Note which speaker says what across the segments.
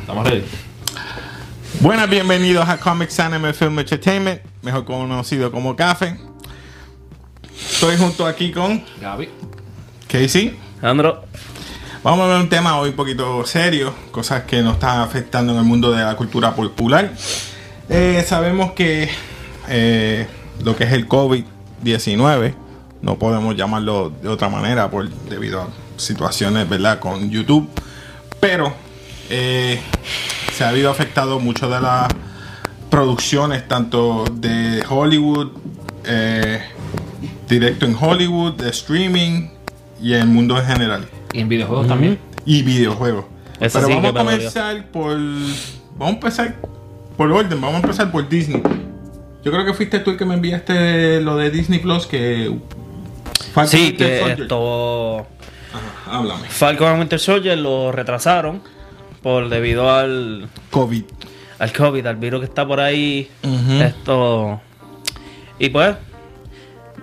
Speaker 1: Estamos ready.
Speaker 2: Buenas, bienvenidos a Comics Anime Film Entertainment, mejor conocido como CAFE. Estoy junto aquí con
Speaker 1: Gaby.
Speaker 2: Casey.
Speaker 3: Andro,
Speaker 2: Vamos a ver un tema hoy un poquito serio, cosas que nos están afectando en el mundo de la cultura popular. Eh, sabemos que eh, lo que es el COVID-19, no podemos llamarlo de otra manera por, debido a situaciones ¿verdad? con YouTube, pero eh, se ha habido afectado mucho de las producciones, tanto de Hollywood, eh, directo en Hollywood, de streaming y el mundo en general
Speaker 1: Y en videojuegos también.
Speaker 2: y videojuegos.
Speaker 3: Eso
Speaker 2: Pero
Speaker 3: sí
Speaker 2: vamos
Speaker 3: que
Speaker 2: a
Speaker 3: me
Speaker 2: comenzar por. Vamos a empezar por orden, vamos a empezar por Disney. Yo creo que fuiste tú el que me enviaste lo de Disney Plus que. Falcon
Speaker 3: sí,
Speaker 2: and the
Speaker 3: que
Speaker 2: Soldier.
Speaker 3: esto
Speaker 2: Ajá, háblame.
Speaker 3: Falcon and Winter Soldier lo retrasaron por debido al,
Speaker 2: COVID.
Speaker 3: al COVID, al virus que está por ahí.
Speaker 2: Ujú.
Speaker 3: Esto. Y pues,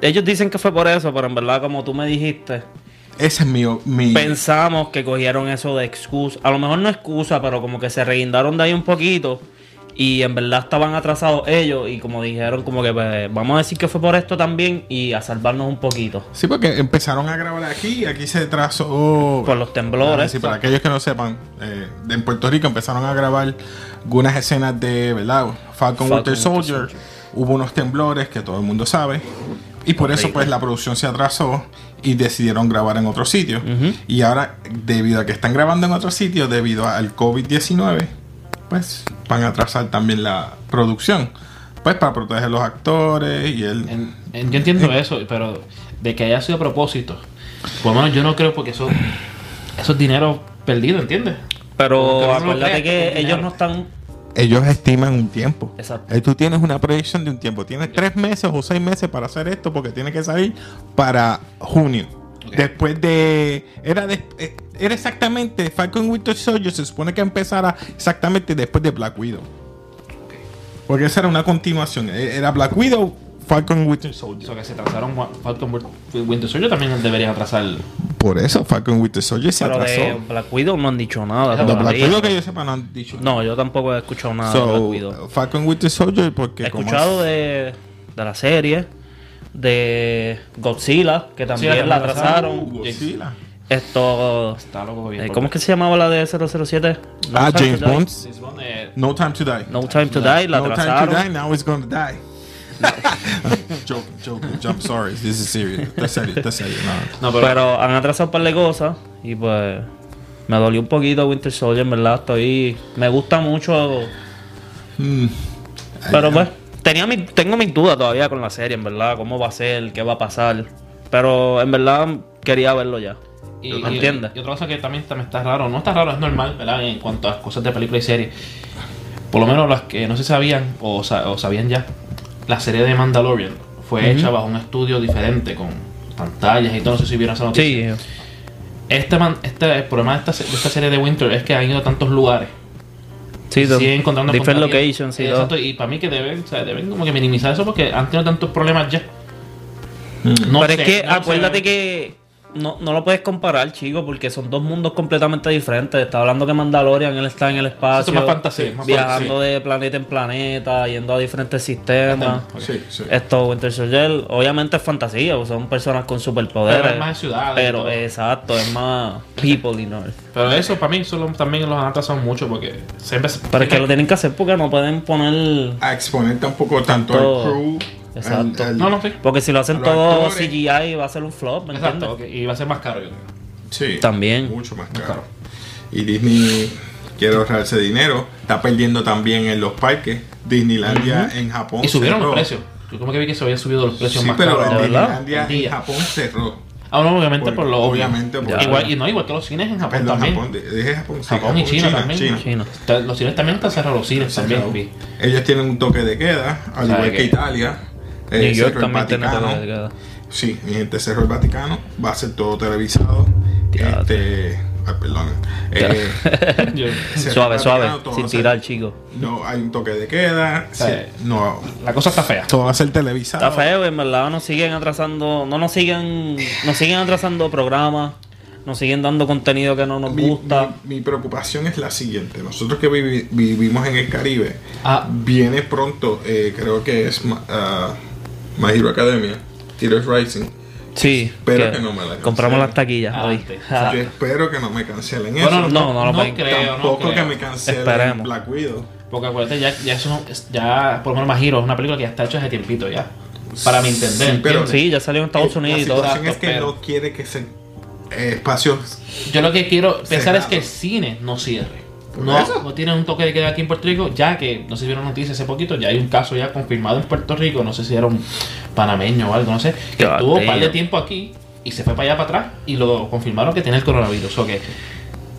Speaker 3: ellos dicen que fue por eso, pero en verdad, como tú me dijiste,
Speaker 2: Ese es mi. mi
Speaker 3: pensamos que cogieron eso de excusa. A lo mejor no excusa, pero como que se reguindaron de ahí un poquito. Y en verdad estaban atrasados ellos. Y como dijeron, como que pues, vamos a decir que fue por esto también y a salvarnos un poquito.
Speaker 2: sí, porque empezaron a grabar aquí, aquí se trazó.
Speaker 3: Por los temblores.
Speaker 2: Ah, sí, para aquellos que no sepan, eh, en Puerto Rico empezaron a grabar algunas escenas de, ¿verdad? Falcon,
Speaker 3: Falcon
Speaker 2: Winter
Speaker 3: Winter
Speaker 2: Soldier.
Speaker 3: Soldier.
Speaker 2: Hubo unos temblores que todo el mundo sabe. Y por eso,
Speaker 3: Horrible.
Speaker 2: pues, la producción se atrasó y decidieron grabar en otro sitio. Y ahora, debido a que están grabando en otro sitio, debido al COVID-19, pues van a atrasar también la producción. Pues para proteger a los actores y el.
Speaker 1: En- en- yo entiendo eso, pero de que haya sido a propósito. Por lo menos yo no creo porque eso, eso es dinero perdido, ¿entiendes? Porque
Speaker 3: Pero
Speaker 1: no lo creas,
Speaker 3: acuérdate que
Speaker 1: porque
Speaker 3: ellos
Speaker 1: dinero.
Speaker 3: no están.
Speaker 2: Ellos estiman un tiempo.
Speaker 3: Exacto.
Speaker 2: Eh, tú tienes una proyección de un tiempo. Tienes tres meses o seis meses para hacer esto porque tiene que salir para junio.
Speaker 1: Ok.
Speaker 2: Después de era, de- eh, era exactamente Falcon Winter Soldier se supone que empezara exactamente después de Black Widow. Porque esa era una continuación. Eh, Era Black Widow, Falcon Winter
Speaker 1: O
Speaker 2: Soldier.
Speaker 1: sea, que se atrasaron Wa- Falcon Win- Winter Soldier también deberías atrasar.
Speaker 2: Por eso Falcon Winter Soldier se
Speaker 3: Pero
Speaker 2: atrasó.
Speaker 3: de Black Widow no han dicho nada.
Speaker 2: No, Black
Speaker 3: todavía.
Speaker 2: Widow que yo sepa no han dicho.
Speaker 3: No, yo tampoco he escuchado nada
Speaker 2: So,
Speaker 3: de Black Widow.
Speaker 2: Falcon Winter Soldier porque
Speaker 3: He
Speaker 2: como
Speaker 3: escuchado de, de la serie, de Godzilla, que también
Speaker 1: también
Speaker 3: la
Speaker 1: la
Speaker 3: atrasaron.
Speaker 2: Uh, Godzilla.
Speaker 3: Esto.
Speaker 1: Está loco bien.
Speaker 3: eh, ¿Cómo es que se llamaba la de 007? No
Speaker 2: ah,
Speaker 3: Time
Speaker 2: James
Speaker 3: to Die.
Speaker 2: Bond.
Speaker 1: James Bond, eh,
Speaker 2: No Time to Die.
Speaker 3: No Time to Die, la
Speaker 2: no time
Speaker 3: atrasaron.
Speaker 2: to die, now it's gonna die. joking, joking. I'm sorry. This is serious. That's serious. That's serious. No.
Speaker 1: No, pero,
Speaker 3: Pero han atrasado un par de cosas y pues. Me dolió un poquito Winter Soldier, en verdad. Estoy. Me gusta mucho.
Speaker 2: Hmm.
Speaker 3: Pero pues, tenía mi- tengo mis dudas todavía con la serie, en verdad, cómo va a ser, qué va a pasar. Pero en verdad quería verlo ya.
Speaker 1: y,
Speaker 3: ¿Me
Speaker 1: y-
Speaker 3: entiendes?
Speaker 1: y otra cosa que también, también está raro, no está raro, es normal, ¿verdad? En cuanto a cosas de películas y series. Por lo menos las que no se sabían o, sa- o sabían ya, la serie de Mandalorian fue hecha bajo un estudio diferente con pantallas y todo. No sé si vieron esa noticia.
Speaker 3: Sí,
Speaker 1: Este, man- este, el problema de esta, se- de esta serie de Winter es que han ido a tantos lugares.
Speaker 3: sí,
Speaker 1: siguen encontrando
Speaker 3: different
Speaker 1: pantallas.
Speaker 3: locations y todo.
Speaker 1: Exacto, y para mí que deben, o sea, deben como que minimizar eso porque han tenido tantos problemas ya. No
Speaker 3: Pero
Speaker 1: sé,
Speaker 3: es que
Speaker 1: no sé.
Speaker 3: acuérdate que no, no lo puedes comparar, chico, porque son dos mundos completamente diferentes. Está hablando que Mandalorian, él está en el
Speaker 1: Eso
Speaker 3: espacio,
Speaker 1: es más fantasía, más
Speaker 3: viajando de planeta en planeta, yendo a diferentes sistemas.
Speaker 2: Sí, sí.
Speaker 3: Esto, Winter Soldier, obviamente es fantasía, pues, son personas con superpoderes.
Speaker 1: Pero es más de ciudades y
Speaker 3: Pero
Speaker 1: todo.
Speaker 3: exacto, es más people y no.
Speaker 1: Pero eso para mí solo, también los han atrasado mucho porque siempre... se-
Speaker 3: Pero es que lo tienen que hacer porque no pueden poner.
Speaker 2: A exponer tampoco tanto el
Speaker 3: Todo.
Speaker 2: crew.
Speaker 3: Exacto.
Speaker 2: el- el-
Speaker 1: No, no, sí.
Speaker 3: Porque si lo hacen
Speaker 2: Los
Speaker 3: todo
Speaker 2: actores.
Speaker 3: CGI va a ser un flop, ¿me entiendes?
Speaker 1: Exacto, ok, y va a ser más caro yo creo.
Speaker 2: Sí.
Speaker 3: También.
Speaker 2: Mucho más caro.
Speaker 1: caro.
Speaker 2: Y Disney quiere ahorrarse dinero. Está perdiendo también en los parques. Disneylandia en Japón.
Speaker 1: Y subieron los
Speaker 2: cerró.
Speaker 1: precios. Yo como que vi que se habían subido los precios
Speaker 2: Sí,
Speaker 1: más
Speaker 2: pero
Speaker 1: caros.
Speaker 3: ¿de
Speaker 2: en
Speaker 3: verdad?
Speaker 2: Disneylandia en
Speaker 1: Día.
Speaker 2: Japón cerró.
Speaker 1: Ah, no, obviamente
Speaker 2: Por-
Speaker 1: por, lo obvio.
Speaker 2: obviamente por-
Speaker 1: igual, y no, igual que los cines en Japón
Speaker 2: Perdón,
Speaker 1: también.
Speaker 2: Japón. Dije Japón. sí,
Speaker 1: Japón y China, también.
Speaker 2: China.
Speaker 3: China.
Speaker 1: Está- Los cines también están cerrados, los cines también. vi.
Speaker 2: Ellos tienen un toque de queda, al
Speaker 1: O sea,
Speaker 2: igual que,
Speaker 1: que-
Speaker 2: Italia. Eh,
Speaker 3: New York
Speaker 2: cerró el
Speaker 3: también tiene
Speaker 2: Vaticano.
Speaker 3: toque de queda.
Speaker 2: Sí, mi gente cerró el Vaticano. Va a ser todo televisado.
Speaker 3: Teatro.
Speaker 2: Este. Ay, perdón. Eh,
Speaker 1: Yo-
Speaker 2: cerró
Speaker 3: Suave,
Speaker 2: el Vaticano,
Speaker 3: suave,
Speaker 2: todo Ah, va
Speaker 3: sin
Speaker 2: a ser-
Speaker 3: tirar, chico.
Speaker 2: No, hay un toque de queda.
Speaker 1: sea,
Speaker 2: sí,
Speaker 1: eh,
Speaker 2: no,
Speaker 1: la cosa está fea.
Speaker 2: todo va a ser televisado.
Speaker 3: Está feo, en verdad, nos siguen atrasando, no nos siguen, nos siguen atrasando programas, nos siguen dando contenido que no nos
Speaker 2: Mi,
Speaker 3: gusta.
Speaker 2: mi- mi preocupación es la siguiente. Nosotros que vivi- vivimos en el Caribe,
Speaker 1: Ah.
Speaker 2: viene pronto, eh, creo que es ma- ah, My Hero Academia, Heroes Rising.
Speaker 3: Sí,
Speaker 2: Espero que no me la
Speaker 3: compramos
Speaker 2: cancelen.
Speaker 3: las taquillas hoy.
Speaker 1: Adelante.
Speaker 3: Ah,
Speaker 2: Yo espero que no me cancelen
Speaker 1: Bueno,
Speaker 2: eso.
Speaker 1: no,
Speaker 3: No,
Speaker 1: no,
Speaker 3: no lo
Speaker 1: no
Speaker 3: pueden-
Speaker 1: creo, no
Speaker 2: Tampoco
Speaker 1: creo.
Speaker 2: que me cancelen
Speaker 3: Esperemos.
Speaker 2: Black Widow.
Speaker 1: Porque acuérdate, ya, ya eso no- es- ya, por lo menos Majiro es una película que ya está hecha hace tiempito ya. Para mi entender,
Speaker 2: Sí, pero-
Speaker 1: ¿entiendes?
Speaker 3: Sí, ya salió en Estados Unidos y
Speaker 2: la
Speaker 3: todo.
Speaker 2: situación
Speaker 1: esto,
Speaker 2: es que
Speaker 1: pero-
Speaker 2: no quiere que se eh, espacios
Speaker 1: Yo lo que quiero pensar
Speaker 2: Cerrado.
Speaker 1: es que el cine no cierre.
Speaker 2: ¿Por
Speaker 1: No,
Speaker 2: eso?
Speaker 1: no tiene un toque de queda aquí en Puerto Rico, ya que no se vieron noticias hace poquito, ya hay un caso ya confirmado en Puerto Rico, no sé si era un panameño o algo, no sé, que
Speaker 3: Dios
Speaker 1: estuvo un par de
Speaker 3: mío.
Speaker 1: tiempo aquí y se fue para allá para atrás y lo confirmaron que tiene el coronavirus. O que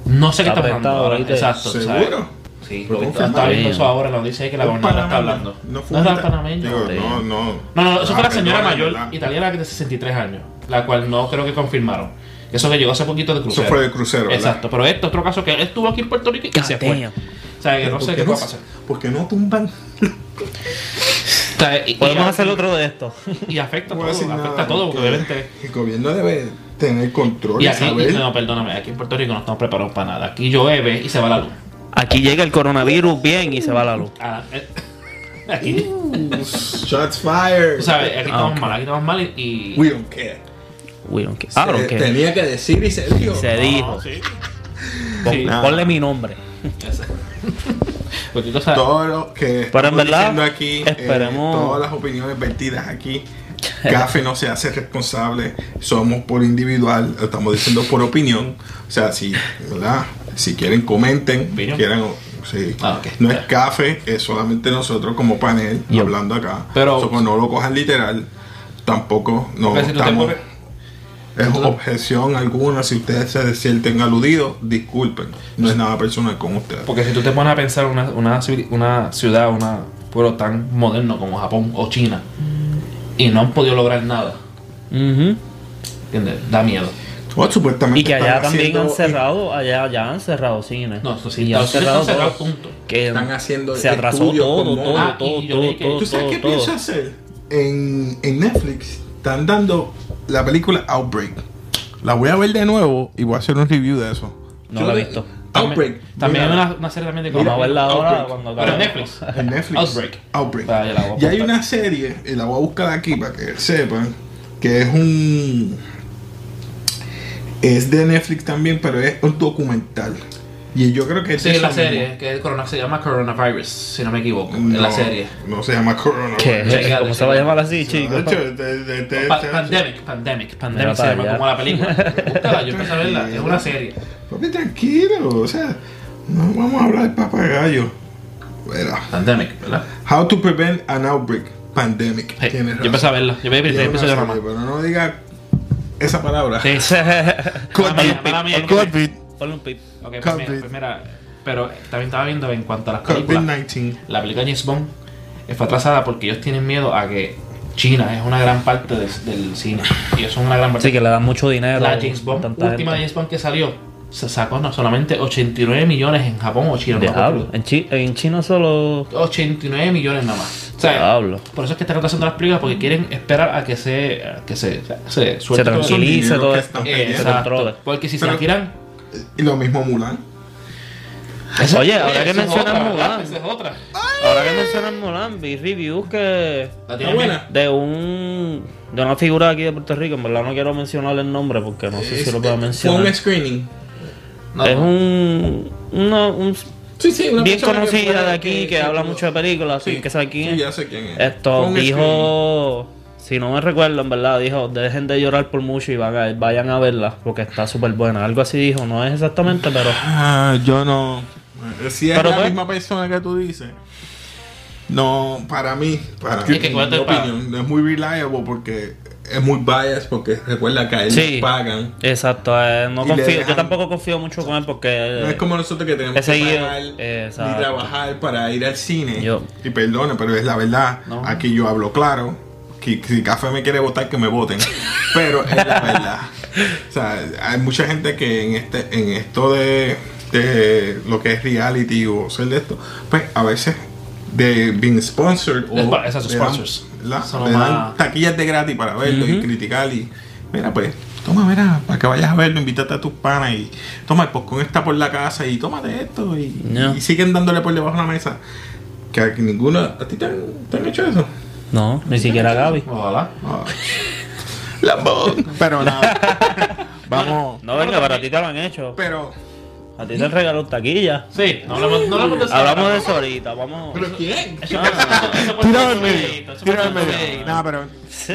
Speaker 1: no sé qué está pasando
Speaker 3: Está afectado
Speaker 1: ahora.
Speaker 3: ahorita.
Speaker 1: Exacto. ¿sabes?
Speaker 2: seguro.
Speaker 1: Sí,
Speaker 2: Lo
Speaker 1: lo que está-
Speaker 2: confirmaron.
Speaker 1: estaba viendo eso ahora, nos dice que la
Speaker 2: Un
Speaker 1: gobernadora está
Speaker 2: panameño.
Speaker 1: hablando.
Speaker 2: No, fue
Speaker 1: No
Speaker 2: un
Speaker 1: era
Speaker 2: ita-
Speaker 1: panameño.
Speaker 2: Digo,
Speaker 3: Sí.
Speaker 2: no, no.
Speaker 1: No, no, eso
Speaker 2: Ah,
Speaker 1: fue la señora
Speaker 2: perdóname,
Speaker 1: mayor
Speaker 2: ¿verdad?
Speaker 1: italiana que de 63 años, la cual no creo que confirmaron. Eso que llegó hace poquito de
Speaker 2: Eso
Speaker 1: crucero.
Speaker 2: fue de crucero, ¿verdad?
Speaker 1: Exacto, pero este otro caso que él estuvo aquí en Puerto Rico y que se fue.
Speaker 3: Damn.
Speaker 1: O sea, que
Speaker 2: Pero
Speaker 1: no
Speaker 2: ¿por
Speaker 1: sé
Speaker 2: qué
Speaker 1: qué va a
Speaker 2: no-
Speaker 1: pasar.
Speaker 2: ¿Por qué no tumban?
Speaker 1: O sea, y- y-
Speaker 3: Podemos
Speaker 1: y-
Speaker 3: hacer otro de estos.
Speaker 1: Y afecta a
Speaker 2: No voy
Speaker 1: todo,
Speaker 2: a decir
Speaker 1: afecta
Speaker 2: nada,
Speaker 1: a todo, porque
Speaker 2: porque
Speaker 1: obviamente.
Speaker 2: El gobierno debe tener control
Speaker 1: Y
Speaker 2: y
Speaker 1: aquí,
Speaker 2: saber.
Speaker 1: y- no, perdóname, aquí en Puerto Rico no estamos preparados para nada. Aquí llueve y se va la luz.
Speaker 3: Aquí llega el coronavirus bien y se va la luz.
Speaker 1: Ah, eh, Aquí,
Speaker 2: Shots fired.
Speaker 1: tú sabes, aquí
Speaker 3: Ah,
Speaker 1: estamos
Speaker 3: ok.
Speaker 1: mal, aquí estamos mal y. y-
Speaker 2: We don't care.
Speaker 3: We don't care. I don't
Speaker 2: Se-
Speaker 3: care.
Speaker 2: Tenía que decir y se dijo.
Speaker 3: Ah, Se dijo.
Speaker 1: sí.
Speaker 3: Pon-
Speaker 1: Sí.
Speaker 2: Ah.
Speaker 3: Ponle mi nombre.
Speaker 1: Cualquier cosa-
Speaker 2: Todo lo que
Speaker 3: Pero en
Speaker 2: estamos
Speaker 3: verdad,
Speaker 2: diciendo aquí, eh,
Speaker 3: esperemos-
Speaker 2: todas las opiniones vertidas aquí, Café no se hace responsable, somos por individual, lo estamos diciendo por opinión, o sea, si, ¿verdad? si quieren comenten,
Speaker 1: Opinión.
Speaker 2: quieran, sí.
Speaker 1: Ah, ok.
Speaker 2: no es Café, es solamente nosotros como panel
Speaker 3: Yo.
Speaker 2: hablando acá,
Speaker 1: Pero-
Speaker 2: So, pues, no lo cojan literal, tampoco no
Speaker 1: Porque si tú te
Speaker 2: estamos...
Speaker 1: pones-
Speaker 2: Es objeción alguna, si ustedes se sienten aludidos, disculpen, no es nada personal con ustedes.
Speaker 1: Porque si tú te pones a pensar una, una, civil- una ciudad, una pueblo tan moderno como Japón o China y no han podido lograr nada,
Speaker 3: Ujú.
Speaker 1: ¿entiendes? Da miedo.
Speaker 2: Bueno, supuestamente
Speaker 3: Y que allá
Speaker 2: están
Speaker 3: también han
Speaker 2: haciendo-
Speaker 3: cerrado, allá ya han cerrado cines.
Speaker 1: No, eso sí,
Speaker 3: Y
Speaker 1: los
Speaker 3: han
Speaker 1: cines
Speaker 3: cerrado
Speaker 1: están cerrados,
Speaker 3: todo.
Speaker 1: punto.
Speaker 3: Que
Speaker 2: Están haciendo
Speaker 3: se atrasó todo,
Speaker 2: estudios
Speaker 3: todo,
Speaker 2: con
Speaker 3: todo,
Speaker 1: Ah, y
Speaker 3: todo,
Speaker 1: yo leí que-
Speaker 3: todo,
Speaker 2: ¿Tú sabes qué
Speaker 3: todo.
Speaker 2: pienso hacer? En, en Netflix están dando la película Outbreak. La voy a ver de nuevo y voy a hacer un review de eso.
Speaker 3: No
Speaker 2: Yo
Speaker 3: la he
Speaker 2: de-
Speaker 3: visto.
Speaker 2: Outbreak.
Speaker 1: También, también hay
Speaker 2: Mira,
Speaker 1: una, una serie también de
Speaker 3: Vamos a verla ahora
Speaker 2: Outbreak.
Speaker 3: cuando
Speaker 1: Pero en
Speaker 3: acabe.
Speaker 1: Netflix.
Speaker 2: En Netflix.
Speaker 1: Outbreak.
Speaker 2: Outbreak.
Speaker 1: Ah, ya la voy a
Speaker 2: y hay
Speaker 1: apuntar.
Speaker 2: una serie, y la voy a buscar aquí para que sepan, que es un. Es de Netflix también, pero es un documental. Y yo creo que es de
Speaker 1: Sí, en la
Speaker 2: eso mismo.
Speaker 1: serie, que el corona, se llama Coronavirus, si no me equivoco, en
Speaker 2: No,
Speaker 1: la serie.
Speaker 2: No se llama Corona.
Speaker 3: ¿Qué?
Speaker 1: Chequeale,
Speaker 3: ¿Cómo se va a
Speaker 1: chequeale.
Speaker 3: llamar así,
Speaker 2: De
Speaker 3: chicos?
Speaker 2: hecho, de- de- de-
Speaker 1: Pa-
Speaker 2: de-
Speaker 1: pandemic, pandemic, pandemic
Speaker 3: Mira
Speaker 1: se
Speaker 3: para
Speaker 1: llama
Speaker 3: allá.
Speaker 1: como la película. Búscala, yo empecé a verla, es una serie.
Speaker 2: Papi, tranquilo. O sea, no vamos a hablar de papagayo. Verá.
Speaker 1: Pandemic, ¿verdad?
Speaker 2: How to prevent an outbreak pandemic.
Speaker 1: Sí,
Speaker 2: Tienes
Speaker 1: yo empecé a verla, yo vi el
Speaker 2: razón.
Speaker 1: primer
Speaker 2: Tiene
Speaker 1: episodio
Speaker 2: razón,
Speaker 1: nomás.
Speaker 2: Pero no diga esa palabra.
Speaker 1: Sí.
Speaker 3: Ponle
Speaker 1: Mala mía, mala mía, ponle un pip.
Speaker 3: un pip.
Speaker 1: Ok, pues mira,
Speaker 2: COVID.
Speaker 1: pues mira, pero también estaba viendo en cuanto a las películas,
Speaker 2: COVID-19.
Speaker 1: la película de James Bond eh, fue atrasada porque ellos tienen miedo a que China es una gran parte del- del cine. Y eso es una gran parte.
Speaker 3: Sí, que le dan mucho dinero.
Speaker 1: La James
Speaker 3: a
Speaker 1: Bond,
Speaker 3: tanta
Speaker 1: última
Speaker 3: gente.
Speaker 1: James Bond que salió, se sacó no, solamente 89 millones en Japón o China. no me acuerdo.
Speaker 3: Diablo. En, chi en China solo.
Speaker 1: 89 millones nada más. O sea,
Speaker 3: Diablo.
Speaker 1: por eso es que están retrasando las películas porque quieren esperar a que se, a que se, se
Speaker 3: Se
Speaker 1: suelte todo eso.
Speaker 2: tranquilice.
Speaker 3: tranquiliza
Speaker 2: dinero
Speaker 3: todo
Speaker 2: que
Speaker 3: esto.
Speaker 2: están
Speaker 1: Eh,
Speaker 2: Se
Speaker 3: controle.
Speaker 1: Exacto. Porque si se
Speaker 2: Pero-
Speaker 1: la tiran.
Speaker 2: Y lo mismo Mulan.
Speaker 1: esa-
Speaker 3: Oye, ahora que
Speaker 1: esa es
Speaker 3: mencionas
Speaker 1: otra, ¿verdad?
Speaker 3: Mulan.
Speaker 1: Esa es otra.
Speaker 3: Ahora que mencionan Mulan, vi reviews que.
Speaker 1: La
Speaker 2: Está
Speaker 1: tienen
Speaker 2: buena.
Speaker 1: bien.
Speaker 3: De un. De una figura de aquí de Puerto Rico. En verdad no quiero mencionar el nombre porque no sé si lo puedo mencionar.
Speaker 2: Fue un screening.
Speaker 1: No,
Speaker 3: es
Speaker 1: no.
Speaker 3: un. una- un
Speaker 2: Sí, sí, una
Speaker 3: bien
Speaker 2: persona que
Speaker 3: conocida
Speaker 2: fue-
Speaker 3: de aquí que, habla
Speaker 2: pudo-
Speaker 3: mucho de películas.
Speaker 2: Sí,
Speaker 3: Sí, que sabe quién
Speaker 2: sí,
Speaker 3: es.
Speaker 2: ya sé quién es. Fue
Speaker 3: Esto
Speaker 2: un
Speaker 3: dijo, si no me recuerdo, en verdad, dijo, dejen de llorar por mucho y van a- vayan a verla porque está súper buena. Algo así dijo, no es exactamente, pero...
Speaker 2: Ah, yo no. Eh, Si es
Speaker 3: Pero
Speaker 2: la
Speaker 3: fue-
Speaker 2: misma persona que tú dices. No, para mí, para
Speaker 1: Es que
Speaker 2: mi
Speaker 1: cuando te
Speaker 2: opinión, no es muy reliable porque es muy biased porque recuerda que a él
Speaker 3: Sí.
Speaker 2: les pagan.
Speaker 3: Exacto, eh, no
Speaker 2: Y le
Speaker 3: confío,
Speaker 2: dejan-
Speaker 3: yo tampoco confío mucho con él
Speaker 1: eh,
Speaker 3: porque...
Speaker 2: No es como nosotros que tenemos
Speaker 3: Ese
Speaker 2: que
Speaker 3: guión,
Speaker 2: pagar ni
Speaker 3: exacto.
Speaker 2: trabajar para ir al cine.
Speaker 3: Yo-
Speaker 2: Y perdone, pero es la verdad.
Speaker 1: No.
Speaker 2: Aquí yo hablo claro. Que, que si Café me quiere votar, que me voten. Pero es la verdad. O sea, hay mucha gente que en este en esto de, de lo que es reality o ser de esto, pues a veces de being sponsored o
Speaker 1: Es pa- esas
Speaker 2: le dan-
Speaker 1: sponsors.
Speaker 2: la-
Speaker 1: Son
Speaker 2: le
Speaker 1: más-
Speaker 2: dan taquillas de gratis para verlo y criticar y mira pues toma, mira, para que vayas a verlo, invítate a tus panas y toma, pues con esta por la casa y tómate esto y,
Speaker 3: Ya.
Speaker 2: y siguen dándole por debajo de la mesa. Que a ninguno, ¿a ti te han, te han hecho eso?
Speaker 3: No, ni siquiera Gaby.
Speaker 1: Ojalá.
Speaker 2: Ah. Lambón. Pero nada, vamos,
Speaker 3: No, venga, para ti te lo han hecho.
Speaker 2: pero...
Speaker 3: A ti te han regalado taquilla.
Speaker 1: Sí, no hablamos, no hablamos de eso.
Speaker 3: Hablamos de eso ahorita, vamos. Ah.
Speaker 2: quién?
Speaker 1: Eso pasa- eso pasa
Speaker 2: Tíralo en
Speaker 1: en
Speaker 2: medio.
Speaker 1: Twitter, eso
Speaker 2: Tíralo
Speaker 1: pasa
Speaker 2: en
Speaker 1: en
Speaker 2: medio.
Speaker 1: Twitter.
Speaker 2: eh, Nada, pero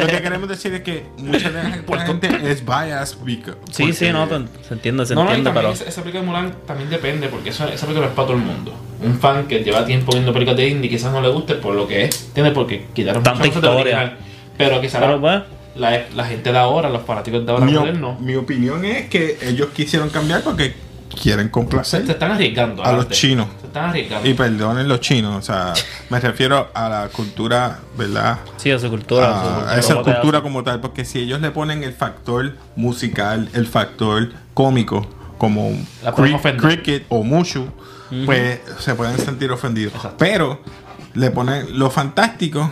Speaker 2: lo que queremos decir es que mucha de la la gente es bias. beca-
Speaker 3: Sí, sí,
Speaker 2: porque-
Speaker 3: no, te- se entiende, se
Speaker 1: No, no, y
Speaker 3: entiende,
Speaker 1: también
Speaker 3: pero.
Speaker 1: esa, esa película de Mulan también depende, porque eso- esa película es para todo el mundo. Un fan que lleva tiempo viendo películas de indie quizás no le guste por lo que es, ¿entiendes? Porque quitaron
Speaker 3: Tanta
Speaker 1: muchas cosas del
Speaker 3: historia.
Speaker 1: original. Pero quizás
Speaker 3: Pero pues,
Speaker 1: la, la gente de ahora, los fanáticos de ahora
Speaker 2: Mi,
Speaker 1: modernos,
Speaker 2: mi opinión es que ellos quisieron cambiar porque quieren
Speaker 1: se
Speaker 2: complacer
Speaker 1: están arriesgando.
Speaker 2: a los
Speaker 1: adelante.
Speaker 2: chinos.
Speaker 1: Se están arriesgando.
Speaker 2: Y perdonen los chinos, o sea, me refiero a la cultura, ¿verdad?
Speaker 3: sí, a su cultura. a su
Speaker 2: A,
Speaker 3: cultura,
Speaker 2: a Ah, esa
Speaker 3: ¿cómo te
Speaker 2: cultura
Speaker 3: hace?
Speaker 2: como tal, porque si ellos le ponen el factor musical, el factor cómico, como
Speaker 1: La
Speaker 2: cri-
Speaker 1: pueden ofender.
Speaker 2: cricket o mushu, pues se pueden sentir ofendidos. Pero le ponen lo fantástico,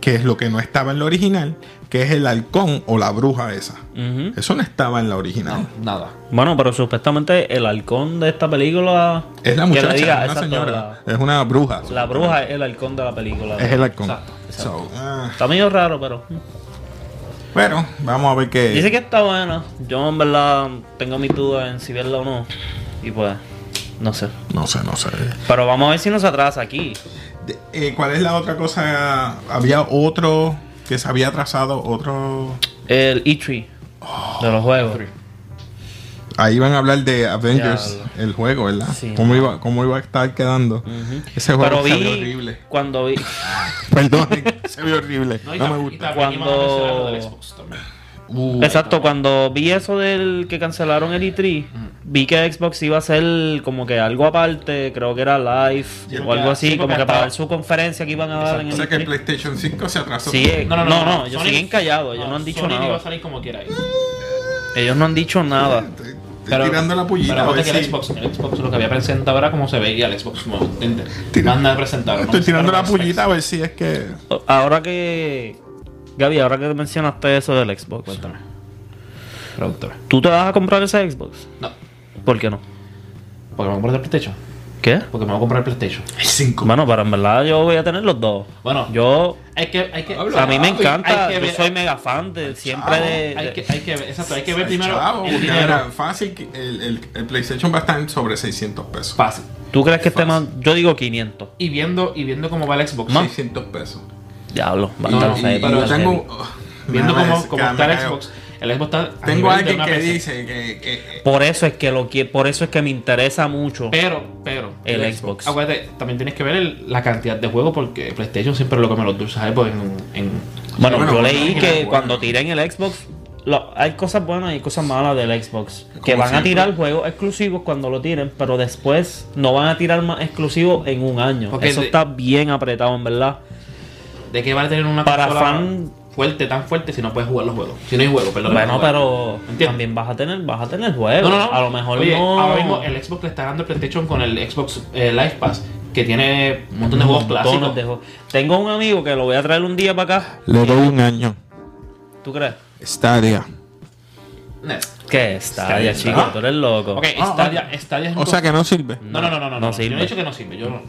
Speaker 2: que es lo que no estaba en la original, que es el halcón o la bruja esa.
Speaker 3: Ujú.
Speaker 2: Eso no estaba en la original.
Speaker 1: Nada.
Speaker 3: Bueno, pero supuestamente el halcón de esta película.
Speaker 2: Es la
Speaker 3: que le
Speaker 2: muchacha,
Speaker 3: diga,
Speaker 2: es una
Speaker 3: exacto,
Speaker 2: señora, es una bruja.
Speaker 3: La, la bruja es el halcón de la película.
Speaker 2: Es el halcón.
Speaker 1: Exacto,
Speaker 2: So, ah,
Speaker 3: Está medio raro, pero.
Speaker 2: bueno, vamos a ver qué.
Speaker 3: Dice que está buena. Yo en verdad tengo mis dudas en si verla o no. Y pues, no sé.
Speaker 2: No sé, no sé.
Speaker 3: Pero vamos a ver si nos atrasa aquí.
Speaker 2: De- eh, ¿Cuál es la otra cosa? Había otro que se había atrasado, otro.
Speaker 3: El E3 de los juegos.
Speaker 2: Ahí van a hablar de Avengers, el juego, ¿verdad?
Speaker 3: Sí.
Speaker 2: ¿Cómo, iba, ¿Cómo iba a estar quedando? Ese juego
Speaker 3: Pero
Speaker 2: se vio
Speaker 3: vi.
Speaker 2: horrible.
Speaker 3: Cuando vi.
Speaker 2: Perdón, se vio horrible. No,
Speaker 1: y
Speaker 2: me
Speaker 1: también- y
Speaker 2: gusta.
Speaker 1: también iban a
Speaker 3: Cuando-
Speaker 1: mencionar lo del Xbox también.
Speaker 2: Uh,
Speaker 3: Exacto, cuando vi eso del que cancelaron el E3,
Speaker 1: Mm.
Speaker 3: vi que Xbox iba a hacer como que algo aparte, creo que era live
Speaker 1: Sí,
Speaker 3: o
Speaker 1: porque-
Speaker 3: algo así,
Speaker 1: sí,
Speaker 3: como
Speaker 1: porque
Speaker 3: que para
Speaker 1: estaba-
Speaker 3: dar su conferencia que iban a dar en
Speaker 2: o
Speaker 3: el E
Speaker 2: sea que el
Speaker 3: E3.
Speaker 2: PlayStation 5 se atrasó.
Speaker 3: Sí, eh, no, no, no, ellos
Speaker 1: Sony-
Speaker 3: siguen callados, ellos no han dicho
Speaker 1: Sony iba a
Speaker 3: nada.
Speaker 1: salir como quiera ahí.
Speaker 3: Ellos no han dicho nada.
Speaker 2: Estoy, estoy tirando la pues, pullita.
Speaker 1: Pero
Speaker 2: a ver
Speaker 1: acuérdate que el
Speaker 2: si-
Speaker 1: Xbox, el Xbox lo que había presentado era como se veía el Xbox nuevo, ¿entiendes?
Speaker 2: Tira-
Speaker 1: Más nada presentaron.
Speaker 2: Estoy
Speaker 1: no
Speaker 2: tirando la
Speaker 1: presentaron
Speaker 2: pullita a ver si es que.
Speaker 3: Ahora que. Gaby, ahora que mencionaste eso del Xbox,
Speaker 1: Cuéntame. Pregúntame.
Speaker 3: ¿tú te vas a comprar ese Xbox?
Speaker 1: No.
Speaker 3: ¿Por qué no?
Speaker 1: Porque me voy a comprar el PlayStation.
Speaker 3: ¿Qué?
Speaker 1: Porque me voy a comprar el PlayStation.
Speaker 2: El 5.
Speaker 3: Bueno, pero en verdad yo voy a tener los dos.
Speaker 1: Bueno,
Speaker 3: Yo.
Speaker 1: hay que, hay que,
Speaker 2: Habla.
Speaker 3: A mí me encanta,
Speaker 1: Hay que
Speaker 3: yo
Speaker 1: ver-
Speaker 3: soy mega fan de siempre
Speaker 2: chavo,
Speaker 3: de-
Speaker 1: hay
Speaker 3: de,
Speaker 1: que, hay que ver, exacto, hay que ver
Speaker 2: Ay,
Speaker 1: primero
Speaker 2: chavo,
Speaker 1: el
Speaker 2: porque
Speaker 1: dinero.
Speaker 2: era fácil que el, el- el PlayStation va a estar en sobre 600 pesos.
Speaker 1: Fácil.
Speaker 3: ¿Tú crees que esté más? Yo digo 500.
Speaker 1: Y viendo, y viendo cómo va el Xbox.
Speaker 3: Más.
Speaker 2: 600 pesos.
Speaker 3: Diablo,
Speaker 2: Y-
Speaker 1: No,
Speaker 3: bastante.
Speaker 1: no,
Speaker 2: y-
Speaker 3: feo,
Speaker 2: y
Speaker 1: pero
Speaker 2: yo
Speaker 3: bastante
Speaker 2: tengo
Speaker 3: heavy.
Speaker 1: Viendo
Speaker 2: nada,
Speaker 1: cómo,
Speaker 2: es-
Speaker 1: cómo
Speaker 2: cada
Speaker 1: está
Speaker 2: me
Speaker 1: el
Speaker 2: caigo.
Speaker 1: Xbox. El Xbox está. a nivel
Speaker 2: Tengo
Speaker 1: de
Speaker 2: alguien
Speaker 1: una
Speaker 2: que
Speaker 1: PC.
Speaker 2: dice que, que- que-
Speaker 3: Por eso es que lo que, por eso es que me interesa mucho.
Speaker 1: Pero, pero.
Speaker 3: El Xbox.
Speaker 1: Acuérdate, también tienes que ver el- la cantidad de juegos porque PlayStation siempre lo come los dulces, ¿sabes? Pues en, en
Speaker 2: Bueno,
Speaker 3: Bueno, yo
Speaker 2: bueno,
Speaker 3: leí
Speaker 2: bueno,
Speaker 3: que
Speaker 2: bueno.
Speaker 3: cuando tiren el Xbox, lo- hay cosas buenas y cosas malas del Xbox. Que
Speaker 2: Como
Speaker 3: van a
Speaker 2: siempre.
Speaker 3: tirar juegos exclusivos cuando lo tiren, pero después no van a tirar más exclusivos en un año.
Speaker 1: Porque
Speaker 3: eso
Speaker 1: de-
Speaker 3: está bien apretado, en verdad.
Speaker 1: ¿De qué vale tener una
Speaker 3: Para
Speaker 1: consola
Speaker 3: fan-
Speaker 1: fuerte, tan fuerte, si no puedes jugar los juegos? Si no hay juego, perdón.
Speaker 3: bueno, pero
Speaker 1: Entiendo.
Speaker 3: también vas a tener, vas a tener juegos.
Speaker 1: No, no, no.
Speaker 3: A lo mejor
Speaker 1: Oye,
Speaker 3: no.
Speaker 1: Ahora mismo el Xbox le está dando el PlayStation con el Xbox eh, Live Pass, que tiene un montón de juegos
Speaker 3: Montones
Speaker 1: clásicos.
Speaker 3: de juegos. Tengo un amigo que lo voy a traer un día para acá.
Speaker 2: Le doy un año.
Speaker 3: ¿Tú crees?
Speaker 2: Stadia.
Speaker 1: Nah.
Speaker 3: ¿Qué
Speaker 1: Stadia,
Speaker 3: Stadia, chico?
Speaker 1: ¿no?
Speaker 3: Tú eres loco.
Speaker 1: ¿Ah? Ok, Stadia, Ah, Stadia es un
Speaker 2: O sea que no sirve.
Speaker 1: No, no, no, no, no.
Speaker 3: No
Speaker 1: no. Yo no
Speaker 3: sirve.
Speaker 1: he dicho que no sirve. Yo, no.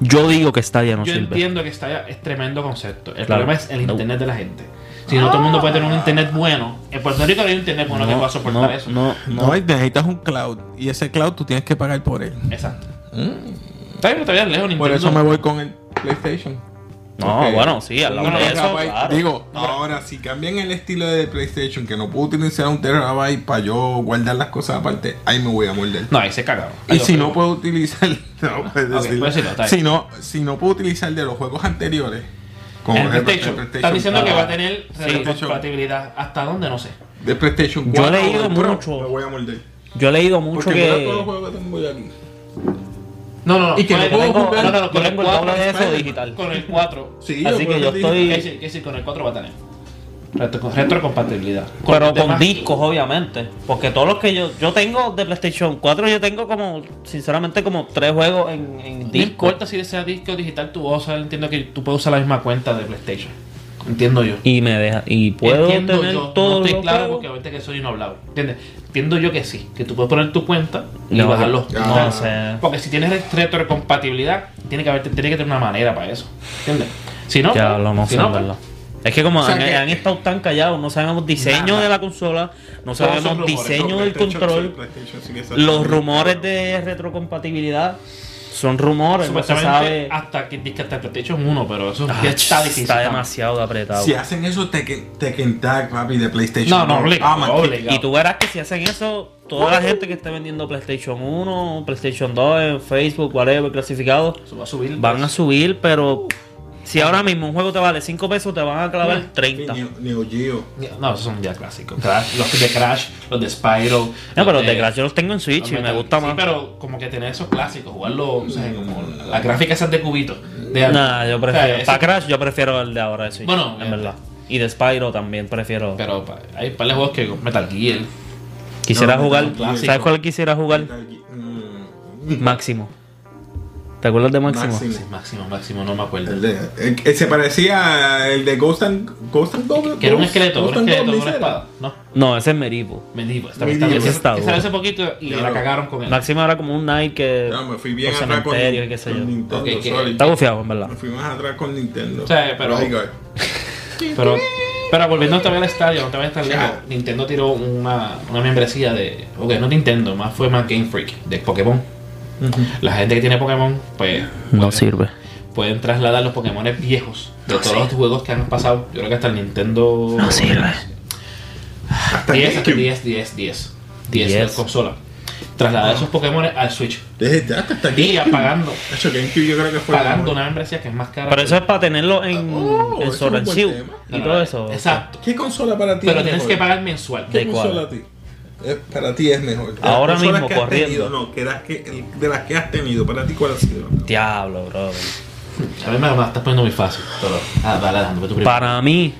Speaker 3: Yo digo que Stadia no
Speaker 1: yo
Speaker 3: sirve.
Speaker 1: entiendo que Stadia es tremendo concepto. El
Speaker 3: Claro.
Speaker 1: problema es el
Speaker 3: No.
Speaker 1: internet de la gente. Si no, todo el mundo puede tener un internet bueno. En Puerto Rico no hay un internet bueno que pueda soportar
Speaker 3: no,
Speaker 1: eso.
Speaker 3: no,
Speaker 2: No, y necesitas un cloud. Y ese cloud tú tienes que pagar por él.
Speaker 1: Exacto. Está bien, pero todavía lejos.
Speaker 2: Mm. Por
Speaker 1: Nintendo.
Speaker 2: eso me voy con el PlayStation.
Speaker 3: No,
Speaker 2: Porque-
Speaker 3: bueno, sí, al lado
Speaker 1: No, no,
Speaker 3: de
Speaker 1: no,
Speaker 3: eso, claro.
Speaker 2: Digo, ahora si cambian el estilo de PlayStation, que no puedo utilizar un terabyte para yo guardar las cosas aparte, ahí me voy a morder.
Speaker 1: No, ahí se cagaron.
Speaker 2: Y si no pues puedo utilizar, no puedo
Speaker 1: Ok,
Speaker 2: decirlo.
Speaker 1: puedes decirlo, está bien.
Speaker 2: si, no, si no puedo utilizar de los juegos anteriores, con
Speaker 1: el PlayStation. Ah. Están diciendo que
Speaker 2: Pro,
Speaker 1: va a tener
Speaker 2: PlayStation.
Speaker 1: compatibilidad. ¿Hasta dónde? No sé.
Speaker 2: de PlayStation
Speaker 3: Yo
Speaker 2: 4,
Speaker 3: he leído
Speaker 2: del Pro,
Speaker 3: mucho.
Speaker 2: me voy a morder.
Speaker 3: Yo he leído mucho
Speaker 2: Porque mira todos los
Speaker 3: que.
Speaker 2: juegos que tengo yo aquí.
Speaker 1: No, no, no.
Speaker 2: Y que
Speaker 1: Con
Speaker 2: no
Speaker 1: el-
Speaker 2: puedo
Speaker 1: con-
Speaker 2: jugar.
Speaker 1: no, no, no,
Speaker 3: Yo
Speaker 1: con el
Speaker 3: tengo el doble de
Speaker 1: 4.
Speaker 3: eso digital.
Speaker 1: Con el 4.
Speaker 2: Sí,
Speaker 3: Así
Speaker 2: por
Speaker 3: que
Speaker 2: eso
Speaker 3: yo
Speaker 2: te
Speaker 3: estoy-
Speaker 2: dije.
Speaker 1: Es decir, es decir, con el 4 va a tener. Retro- con retrocompatibilidad.
Speaker 3: Pero
Speaker 1: los
Speaker 3: con
Speaker 1: demás-
Speaker 3: discos, obviamente. Porque todos los que yo. Yo tengo de PlayStation 4, yo tengo como. Sinceramente, como tres juegos en, en
Speaker 1: No
Speaker 3: disco.
Speaker 1: importa si sea disco o digital, tú vas a usar, entiendo que tú puedes usar la misma cuenta de PlayStation. Entiendo yo.
Speaker 3: Y me deja. Y puedo
Speaker 1: Entiendo
Speaker 3: tener
Speaker 1: yo.
Speaker 3: todo
Speaker 1: no estoy
Speaker 3: lo
Speaker 1: claro
Speaker 3: claro
Speaker 1: porque ahorita que soy no hablaba. ¿Entiendes? Entiendo yo que sí, que tú puedes poner tu cuenta y
Speaker 3: No,
Speaker 1: bajar los.
Speaker 2: no
Speaker 1: Ah.
Speaker 3: sé.
Speaker 1: Porque si tienes re- retrocompatibilidad, tiene que haber, tiene que tener una manera para eso. ¿Entiendes? Si no,
Speaker 3: Ya
Speaker 1: pues,
Speaker 3: lo no
Speaker 1: si
Speaker 3: sé,
Speaker 1: no,
Speaker 3: en
Speaker 1: pues,
Speaker 3: verdad. Es que como
Speaker 2: O sea
Speaker 3: han,
Speaker 2: que-
Speaker 3: han estado tan callados, no sabemos diseño
Speaker 1: Nada.
Speaker 3: de la consola, no
Speaker 2: Todos son
Speaker 3: sabemos
Speaker 2: rumores.
Speaker 3: diseño del
Speaker 2: PlayStation, sí,
Speaker 3: control,
Speaker 2: PlayStation sí que está-
Speaker 3: los rumores de retrocompatibilidad son rumores, no se
Speaker 1: Supuestamente
Speaker 3: sabe.
Speaker 1: hasta que dice hasta el PlayStation 1, pero eso
Speaker 3: Ah,
Speaker 1: ya está difícil.
Speaker 3: Está
Speaker 1: también.
Speaker 3: demasiado apretado.
Speaker 2: Si hacen eso, Tekken Tekken Tag, papi, de PlayStation. Ah,
Speaker 1: No, no, obligado,
Speaker 2: man,
Speaker 1: obligado.
Speaker 3: Ah, Y tú verás que si hacen eso, toda la gente que está vendiendo PlayStation 1, PlayStation 2, en Facebook, whatever, clasificado,
Speaker 1: Eso va a subir.
Speaker 3: van a
Speaker 1: pues.
Speaker 3: subir, pero si ahora mismo un juego te vale 5 pesos, te van a clavar 30.
Speaker 2: Neo- Neo Geo.
Speaker 1: No, esos son ya clásicos. Crash, los de Crash, los de Spyro.
Speaker 3: No, pero de Crash yo los tengo en Switch y
Speaker 1: Metal-
Speaker 3: me gusta
Speaker 1: Sí,
Speaker 3: más. Mm.
Speaker 1: pero como que tener esos clásicos, jugarlo, o sea, como las gráficas esas de cubitos. De
Speaker 3: Nah, yo
Speaker 1: o sea,
Speaker 3: prefiero.
Speaker 1: ese-
Speaker 3: Para Crash yo prefiero el de ahora de Switch.
Speaker 1: Bueno,
Speaker 3: en
Speaker 1: eh,
Speaker 3: verdad. Y de Spyro también prefiero.
Speaker 1: Pero pa- hay un par de juegos que Metal Gear.
Speaker 3: Mm. Quisiera
Speaker 2: No,
Speaker 3: jugar.
Speaker 2: no, clásico.
Speaker 3: ¿Sabes cuál quisiera jugar?
Speaker 2: Metal Gear- mm,
Speaker 3: Máximo. ¿Te acuerdas de Máximo?
Speaker 2: Máximo.
Speaker 1: Sí, máximo, máximo, no me
Speaker 2: el
Speaker 1: acuerdo.
Speaker 2: de- el que se parecía al de Ghost and Ghost and Goblin-
Speaker 1: Que era un
Speaker 2: Ghost-
Speaker 1: esqueleto,
Speaker 2: Ghost
Speaker 1: un
Speaker 2: and
Speaker 1: esqueleto con
Speaker 2: Goblins
Speaker 1: una
Speaker 2: era.
Speaker 1: espada. No, pues,
Speaker 3: No, ese es Merivo.
Speaker 1: Medieval. Está
Speaker 2: Medieval.
Speaker 1: Medieval.
Speaker 3: Ese está
Speaker 1: Que
Speaker 3: duro.
Speaker 1: salió hace poquito y
Speaker 2: Ya
Speaker 1: la
Speaker 2: lo-
Speaker 1: cagaron con él.
Speaker 3: Máximo era como un Knight que.
Speaker 2: No, me fui bien
Speaker 3: los
Speaker 2: atrás con,
Speaker 3: cementerios y qué sé yo.
Speaker 2: con Nintendo.
Speaker 1: Ok, que-
Speaker 2: sorry.
Speaker 3: Está gufiado, en verdad.
Speaker 2: Me fui más atrás con Nintendo.
Speaker 1: Sí, pero-
Speaker 2: Ahí, güey.
Speaker 1: Pero, pero volviendo todavía al estadio, no te vayas tan lejos.
Speaker 2: Ya.
Speaker 1: Nintendo tiró una, una membresía de. Ok, no Nintendo, más fue más Game Freak, de Pokémon. La gente que tiene Pokémon, pues.
Speaker 3: No
Speaker 1: pueden-
Speaker 3: sirve.
Speaker 1: Pueden trasladar los Pokémon viejos de todos los juegos que han pasado. Yo creo que hasta el Nintendo.
Speaker 3: No sirve.
Speaker 2: Hasta
Speaker 1: 10, hasta
Speaker 2: GameCube.
Speaker 1: 10, 10, 10. 10
Speaker 3: Yes.
Speaker 1: de consola.
Speaker 3: Ah.
Speaker 1: Trasladar esos Pokémon al Switch.
Speaker 2: Desde hasta hasta
Speaker 1: Y
Speaker 2: GameCube.
Speaker 1: apagando.
Speaker 2: De hecho, GameCube yo creo que fue la
Speaker 1: Pagando
Speaker 2: mejor.
Speaker 1: una membresía que es más cara.
Speaker 3: Pero eso es para tenerlo en,
Speaker 2: Oh, eso
Speaker 3: en
Speaker 2: es un
Speaker 3: Sword and
Speaker 2: buen
Speaker 3: Shield
Speaker 2: tema.
Speaker 3: Y todo eso.
Speaker 1: Exacto.
Speaker 2: ¿Qué consola para ti?
Speaker 1: Pero
Speaker 2: es
Speaker 1: tienes
Speaker 2: mejor?
Speaker 1: que pagar mensual.
Speaker 3: De-
Speaker 2: ¿Qué
Speaker 3: cuál?
Speaker 2: consola a ti? eh, para ti es mejor. De las
Speaker 3: Ahora
Speaker 2: consolas
Speaker 3: mismo,
Speaker 2: que has
Speaker 3: corriendo.
Speaker 2: tenido, no, que las que- el- de las que has tenido, para ti cuál ha sido.
Speaker 3: Diablo, bro.
Speaker 1: A ver, me la estás poniendo muy fácil. Pero, ah, dale, dale, tú primero.
Speaker 3: Para mí,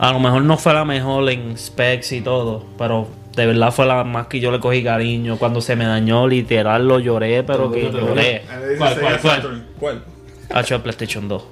Speaker 3: a lo mejor no fue la mejor en specs y todo, pero de verdad fue la más que yo le cogí cariño. Cuando se me dañó, literal, lo lloré, pero que
Speaker 1: Todo lo que te
Speaker 3: lloré.
Speaker 1: duele.
Speaker 2: A ver,
Speaker 1: ¿Cuál,
Speaker 2: ese
Speaker 1: cuál,
Speaker 2: es
Speaker 1: cuál?
Speaker 2: Saturn. ¿Cuál?
Speaker 3: Hacho el PlayStation 2.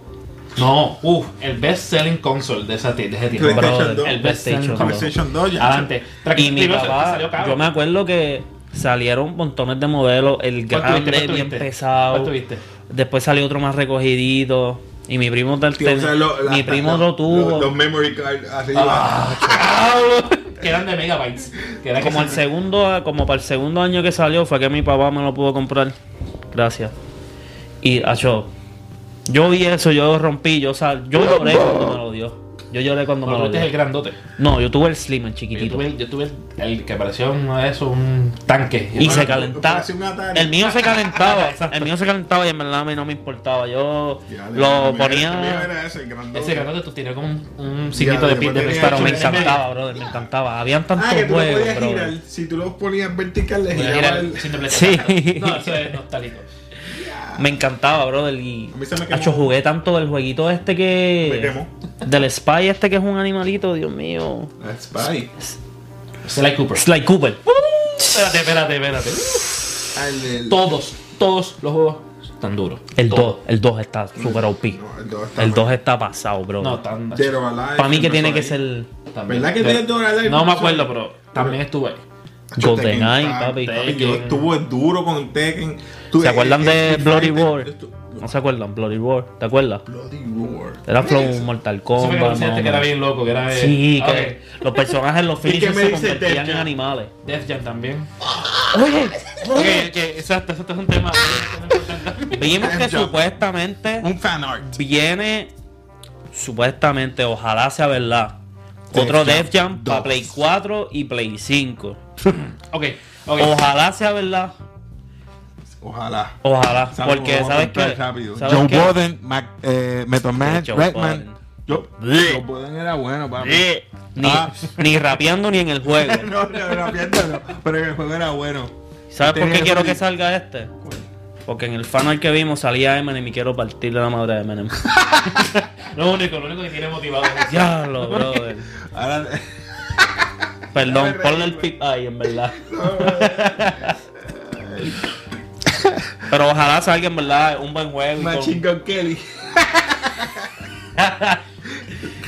Speaker 1: No, uff, el best selling console de, esa, ti- de ese tiempo.
Speaker 2: PlayStation
Speaker 3: Brother,
Speaker 2: 2.
Speaker 3: el
Speaker 1: El best selling
Speaker 3: PlayStation 2.
Speaker 1: console.
Speaker 2: PlayStation 2 ya.
Speaker 1: Adelante.
Speaker 3: Y mi
Speaker 1: Tranquilo, eso te
Speaker 3: papá,
Speaker 1: salió caro.
Speaker 3: yo me acuerdo que salieron montones de modelos,
Speaker 1: ¿Cuál
Speaker 3: el
Speaker 1: tuviste?
Speaker 3: grande,
Speaker 1: ¿Cuál
Speaker 3: bien
Speaker 1: tuviste?
Speaker 3: pesado.
Speaker 1: ¿Cuál tuviste?
Speaker 3: Después salió otro más recogidito. Y mi primo, tal-
Speaker 2: Tío, o sea, lo- la-
Speaker 3: mi primo
Speaker 2: la-
Speaker 3: lo tuvo.
Speaker 2: Los, los memory card arriba.
Speaker 1: Ah. Que eran de megabytes. Que era que
Speaker 3: Como el
Speaker 1: se-
Speaker 3: segundo, como para el segundo año que salió, fue que mi papá me lo pudo comprar. Gracias. Y acho, yo vi eso, yo rompí, yo sal, yo lloré cuando me lo dio. Yo lloré cuando
Speaker 1: Bueno,
Speaker 3: me lo
Speaker 1: este es el
Speaker 3: dio.
Speaker 1: grandote.
Speaker 3: No, yo tuve el slim, el
Speaker 1: Yo
Speaker 3: chiquitito.
Speaker 1: tuve, el- yo tuve el, el que parecía uno de esos, un tanque.
Speaker 3: Y se
Speaker 2: Bueno,
Speaker 3: calentaba.
Speaker 2: parece un Atari.
Speaker 3: El mío se calentaba.
Speaker 1: Exacto.
Speaker 3: el mío se calentaba y en verdad a mí no me importaba. Yo
Speaker 2: Ya, mira,
Speaker 3: lo
Speaker 2: mira,
Speaker 3: ponía.
Speaker 2: mira ese, grandote.
Speaker 1: Ese grandote tú tenías como un, un signito de
Speaker 2: después
Speaker 1: pin de
Speaker 2: tenía-
Speaker 3: Pero me
Speaker 1: PlayStation.
Speaker 3: encantaba, brother. Me encantaba. Habían tantos
Speaker 2: Ah, que tú lo
Speaker 3: juegos,
Speaker 2: podías
Speaker 3: brother.
Speaker 2: girar. Si tú lo ponías vertical, le
Speaker 1: Era
Speaker 2: giraba
Speaker 1: el
Speaker 2: el.
Speaker 1: signo de
Speaker 3: Sí.
Speaker 1: PlayStation. No, eso es nostálgico.
Speaker 3: Me encantaba, brother. Y
Speaker 2: A mí se me quemó.
Speaker 3: Hacho, jugué tanto del jueguito este que.
Speaker 2: Me quemó.
Speaker 3: Del Spy este que es un animalito, Dios mío.
Speaker 2: That's Ah, Spy.
Speaker 1: Sly Cooper.
Speaker 3: Sly Cooper.
Speaker 1: Espérate, espérate, espérate.
Speaker 2: Ah, el del-
Speaker 1: Todos, todos los juegos están duros.
Speaker 3: El
Speaker 1: Todos.
Speaker 3: 2, el 2 está super OP.
Speaker 2: No, el 2 está
Speaker 3: El
Speaker 2: mal.
Speaker 3: 2 está pasado, bro.
Speaker 1: No, están.
Speaker 2: Dead or Alive,
Speaker 3: Para mí que
Speaker 2: empezó
Speaker 3: tiene que
Speaker 2: ahí.
Speaker 3: ser
Speaker 1: también.
Speaker 2: ¿Verdad que Dead or Alive
Speaker 1: No me
Speaker 2: empezó
Speaker 1: acuerdo,
Speaker 2: ahí?
Speaker 1: pero también estuve ahí.
Speaker 2: Yo Tekken
Speaker 3: GoldenEye,
Speaker 2: Tag,
Speaker 3: papi.
Speaker 2: yo
Speaker 1: Tekken.
Speaker 2: estuve duro con Tekken. Tú-
Speaker 3: ¿Se
Speaker 2: eh,
Speaker 3: acuerdan
Speaker 2: eh,
Speaker 3: de
Speaker 2: Street
Speaker 3: Bloody
Speaker 2: Fighter,
Speaker 3: War?
Speaker 2: esto-
Speaker 3: ¿No se acuerdan? Bloody War, ¿te acuerdas?
Speaker 2: Bloody War.
Speaker 3: Era
Speaker 2: Eso.
Speaker 3: Flow Mortal
Speaker 1: Eso me
Speaker 3: Kombat.
Speaker 1: conociste
Speaker 3: no,
Speaker 1: que era
Speaker 3: no.
Speaker 1: bien loco, que era. de-
Speaker 3: Sí,
Speaker 1: Ah,
Speaker 3: que
Speaker 1: ok.
Speaker 3: los personajes, los
Speaker 2: ¿Y qué
Speaker 3: finishers
Speaker 2: me
Speaker 3: se
Speaker 2: dice Death
Speaker 3: convertían en
Speaker 2: Jam?
Speaker 3: animales.
Speaker 1: Def Jam también.
Speaker 3: Oye,
Speaker 1: Ok, ok, exacto, esto es un tema.
Speaker 3: vimos que
Speaker 2: Death Jam.
Speaker 3: supuestamente
Speaker 2: Un fan art.
Speaker 3: viene supuestamente, ojalá sea verdad,
Speaker 2: Def
Speaker 3: otro
Speaker 2: Jam
Speaker 3: Def Jam para
Speaker 2: 2.
Speaker 3: Play 4 y Play 5.
Speaker 1: Ok, ok.
Speaker 3: Ojalá sea verdad.
Speaker 2: Ojalá.
Speaker 3: Ojalá, porque
Speaker 2: Vamos a
Speaker 3: sabes
Speaker 2: comprar
Speaker 3: que
Speaker 2: rápido.
Speaker 3: ¿sabes
Speaker 2: Joe
Speaker 3: qué?
Speaker 2: Budden, Mac, eh, Method Man,
Speaker 3: Joe Budden.
Speaker 2: Redman. Yo-
Speaker 3: Bleh.
Speaker 2: Joe Budden era bueno, papi.
Speaker 3: Eh, ni,
Speaker 2: Ah.
Speaker 3: ni rapeando ni en el juego.
Speaker 2: no, no, no, piensa, no, pero el juego era bueno.
Speaker 3: ¿Sabes por
Speaker 2: Tenía
Speaker 3: qué
Speaker 2: que
Speaker 3: quiero que
Speaker 2: salir.
Speaker 3: salga este? Porque en el fanart que vimos salía Eminem y quiero partirle la madre de Eminem.
Speaker 1: Lo único, lo único que tiene motivado es eso.
Speaker 3: Diablo, brother.
Speaker 2: Ahora,
Speaker 3: Perdón,
Speaker 2: reí,
Speaker 3: ponle el
Speaker 2: güey.
Speaker 3: pip ahí, en verdad. Pero ojalá salga, en verdad, un buen juego. y con-
Speaker 2: Machine Gun Kelly.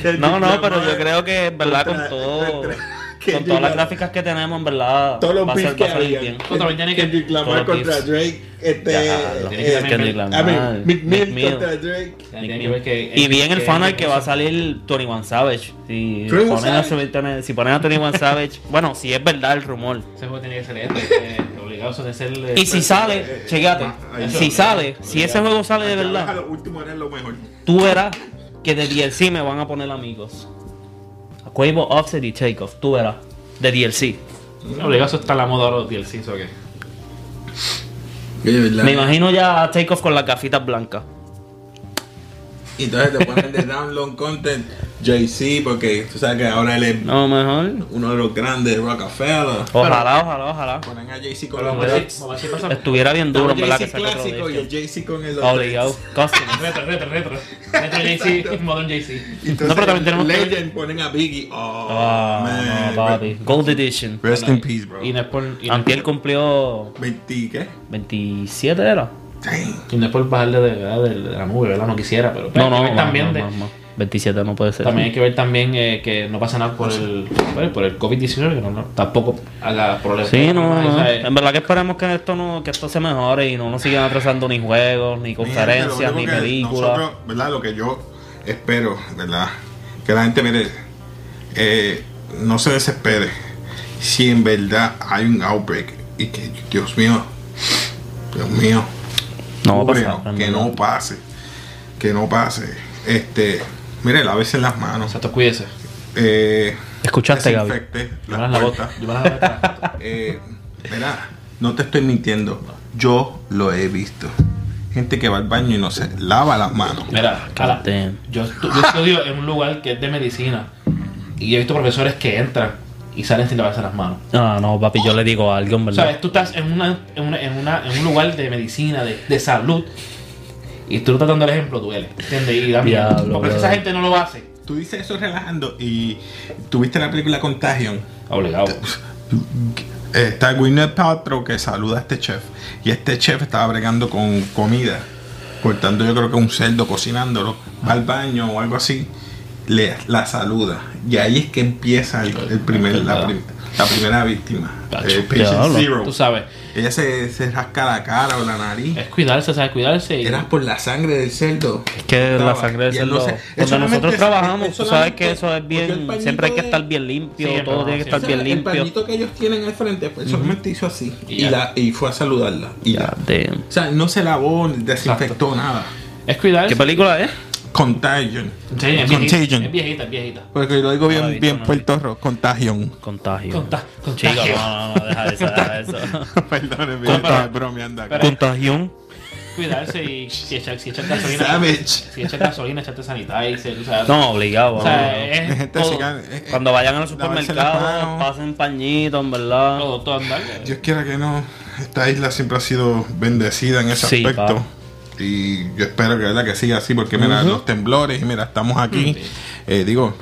Speaker 2: que el
Speaker 3: No, no,
Speaker 2: diploma
Speaker 3: pero yo
Speaker 2: es
Speaker 3: creo que, en verdad, con
Speaker 2: contra-
Speaker 3: todo.
Speaker 2: contra- que
Speaker 3: Con todas las
Speaker 2: Gilmore-
Speaker 3: gráficas que tenemos, en verdad.
Speaker 2: Todos los
Speaker 3: va a ser-
Speaker 2: beats que Eh,
Speaker 3: va a salir
Speaker 2: había.
Speaker 3: bien.
Speaker 1: Tú también tienes que-
Speaker 2: Kendrick Lamar
Speaker 3: todos los
Speaker 2: contra
Speaker 3: beats.
Speaker 2: Drake. Este.
Speaker 3: Ya, lo tiene que
Speaker 2: eh,
Speaker 3: ser Kendrick
Speaker 2: I
Speaker 3: Lamar,
Speaker 2: mean, Meek
Speaker 3: Meek
Speaker 2: Mill
Speaker 3: Mill.
Speaker 2: contra Drake.
Speaker 1: Tiene que ver que-
Speaker 3: Y bien el
Speaker 1: que-
Speaker 3: fanart que va a salir 21 Savage. Si
Speaker 2: 21
Speaker 3: ponen, a,
Speaker 2: Savage.
Speaker 3: 21 si ponen a 21 Savage, bueno, si es verdad el rumor.
Speaker 1: Ese juego tiene que ser este. eh, obligado eso de ser. eh,
Speaker 3: Y si sale, chequeate,
Speaker 1: Ah,
Speaker 2: ahí
Speaker 3: si
Speaker 2: está.
Speaker 3: sale, si ese juego sale de
Speaker 2: Trabaja
Speaker 3: verdad,
Speaker 2: Lo último era lo mejor.
Speaker 3: tú verás que de DLC me van a poner amigos. Quavo, Offset y Takeoff, tú verás. De DLC.
Speaker 1: Obligado eso está la moda ahora los DLCs o qué.
Speaker 4: Oye, ¿verdad?
Speaker 3: Me imagino ya a Takeoff con las gafitas blancas.
Speaker 4: Y entonces te ponen de download content Jay-Z, porque tú sabes que ahora él es
Speaker 3: No, mejor.
Speaker 4: uno de los grandes Rockefeller.
Speaker 3: Ojalá, ojalá, ojalá.
Speaker 4: Ponen a Jay-Z con
Speaker 1: Pero
Speaker 4: los
Speaker 1: vamos a decir-
Speaker 4: breaks.
Speaker 1: vamos a decir, pasa-
Speaker 3: Estuviera bien pues duro, en
Speaker 4: Jay-Z
Speaker 3: ¿verdad? Que saque otro
Speaker 4: clásico y
Speaker 3: disco.
Speaker 4: el Jay-Z con el
Speaker 3: Obligado. Custom.
Speaker 1: Retro, retro, retro. Retro JC, modern JC.
Speaker 3: No, pero también tenemos que-
Speaker 4: Legend ponen a Biggie. Oh,
Speaker 3: Ah,
Speaker 4: man.
Speaker 3: no, papi. Gold Edition.
Speaker 4: Rest in peace, bro.
Speaker 1: Y después. y
Speaker 3: Antiel cumplió
Speaker 4: 20, ¿qué?
Speaker 3: 27 era.
Speaker 4: Dang.
Speaker 1: Y no es por bajarle de, ¿verdad? de, de la nube, ¿verdad? No quisiera, pero hay
Speaker 3: No,
Speaker 1: que
Speaker 3: no,
Speaker 1: ver también,
Speaker 3: también
Speaker 1: de-
Speaker 3: 27 no puede ser.
Speaker 1: también hay que ver también eh, que no pasa nada
Speaker 3: Ah,
Speaker 1: por el, bueno, por el COVID-19, que no, no, tampoco haga problemas.
Speaker 3: Sí, no, no.
Speaker 1: O sea, eh,
Speaker 3: En verdad que esperemos que esto no, que esto se mejore y no nos sigan atrasando ni juegos, ni
Speaker 2: Mira,
Speaker 3: conferencias,
Speaker 2: lo
Speaker 3: ni
Speaker 2: único que
Speaker 3: películas.
Speaker 2: Nosotros, ¿verdad? Lo que yo espero, ¿verdad? Que la gente, mire, eh, no se desespere. Si en verdad hay un outbreak y que, Dios mío, Dios mío,
Speaker 3: No va a
Speaker 2: pobre,
Speaker 3: pasar. en
Speaker 2: que
Speaker 3: verdad.
Speaker 2: no pase, que no pase. Este, mire, lávese las manos.
Speaker 1: Exacto, cuídese.
Speaker 2: Eh,
Speaker 3: Escuchaste, Gaby.
Speaker 2: desinfecte
Speaker 1: Yo me
Speaker 2: las
Speaker 1: las lavo-
Speaker 2: puertas.
Speaker 1: yo me las lavo de cara.
Speaker 2: Eh, verá, no te estoy mintiendo. Yo lo he visto. Gente que va al baño y no se lava las manos.
Speaker 1: Mira, a la-
Speaker 3: Damn.
Speaker 1: yo, estu- yo estudio en un lugar que es de medicina y he visto profesores que entran y salen sin lavarse las manos.
Speaker 3: Ah, no, papi, yo le digo a alguien,
Speaker 1: O
Speaker 3: ¿verdad?
Speaker 1: sea, tú estás en, una, en, una- en una- en un lugar de medicina, de, de salud, y tú estás dando el ejemplo, duele. ¿Entiendes? Y da miedo.
Speaker 3: Diablo,
Speaker 1: Porque si
Speaker 3: brother.
Speaker 1: esa gente no lo hace,
Speaker 2: Tú dices eso relajando y tuviste la película Contagion.
Speaker 1: obligado.
Speaker 2: Eh, Está Gwyneth Paltrow que saluda a este chef. Y este chef estaba bregando con comida. Cortando yo creo que un cerdo, cocinándolo. Va al baño o algo así. Le, la saluda. Y ahí es que empieza el, el primer, la, prim- la primera víctima.
Speaker 1: Tacho,
Speaker 2: Eh, patient
Speaker 3: diablo.
Speaker 2: Zero.
Speaker 1: Tú sabes,
Speaker 2: Ella se, se rasca la cara o la nariz.
Speaker 1: es cuidarse, ¿sabes? Cuidarse. Y,
Speaker 4: Era por la sangre del cerdo.
Speaker 3: Eh, Es que la sangre del
Speaker 2: Y él no
Speaker 3: cerdo.
Speaker 2: se- él
Speaker 3: Cuando nosotros
Speaker 2: solamente-
Speaker 3: trabajamos,
Speaker 2: él
Speaker 3: tú sabes
Speaker 2: solamente
Speaker 3: que eso es
Speaker 4: cogió el
Speaker 3: bien.
Speaker 4: pañito
Speaker 3: Siempre hay que
Speaker 4: de-
Speaker 3: estar bien limpio,
Speaker 1: Sí,
Speaker 3: todo
Speaker 1: no,
Speaker 3: tiene que
Speaker 1: sí.
Speaker 3: estar
Speaker 4: O sea,
Speaker 3: bien
Speaker 4: el
Speaker 3: limpio.
Speaker 4: pañito que ellos tienen al frente, pues solamente hizo así.
Speaker 1: Y
Speaker 4: Y,
Speaker 1: ya.
Speaker 4: la, y fue a saludarla. Y ya.
Speaker 3: Damn.
Speaker 4: O sea, no se lavó, ni desinfectó nada.
Speaker 1: Es cuidarse.
Speaker 3: ¿Qué película es?
Speaker 2: Contagion.
Speaker 1: Sí, es viejita,
Speaker 2: Contagion.
Speaker 1: es viejita, es viejita.
Speaker 2: Porque lo digo
Speaker 3: No la he
Speaker 2: bien,
Speaker 3: visto,
Speaker 2: bien
Speaker 3: no la he
Speaker 2: Puerto Rico. Contagion.
Speaker 3: Contagio.
Speaker 1: Conta-
Speaker 3: Chico,
Speaker 1: contagio.
Speaker 3: no, no, no, deja eso, deja eso.
Speaker 2: Perdón,
Speaker 1: Conta-
Speaker 2: estaba bromeando acá.
Speaker 3: Contagión.
Speaker 1: Cuidarse y si echar, si echar gasolina.
Speaker 2: Savage.
Speaker 1: Si echar gasolina, echarte sanitizer. O sea,
Speaker 3: No, obligado.
Speaker 1: o sea,
Speaker 3: obligado.
Speaker 1: es
Speaker 2: Gente,
Speaker 1: todo,
Speaker 2: sigan, eh, eh,
Speaker 3: Cuando vayan al
Speaker 2: lavarse las
Speaker 3: supermercado,
Speaker 2: manos.
Speaker 3: pasen pañitos, en verdad.
Speaker 1: todo, todo andar.
Speaker 2: Dios quiera que no. Esta isla siempre ha sido bendecida en ese
Speaker 3: Sí,
Speaker 2: aspecto.
Speaker 3: pa.
Speaker 2: Y yo espero que, ¿verdad? que siga así, porque mira, los temblores, y mira, estamos aquí. Eh, digo,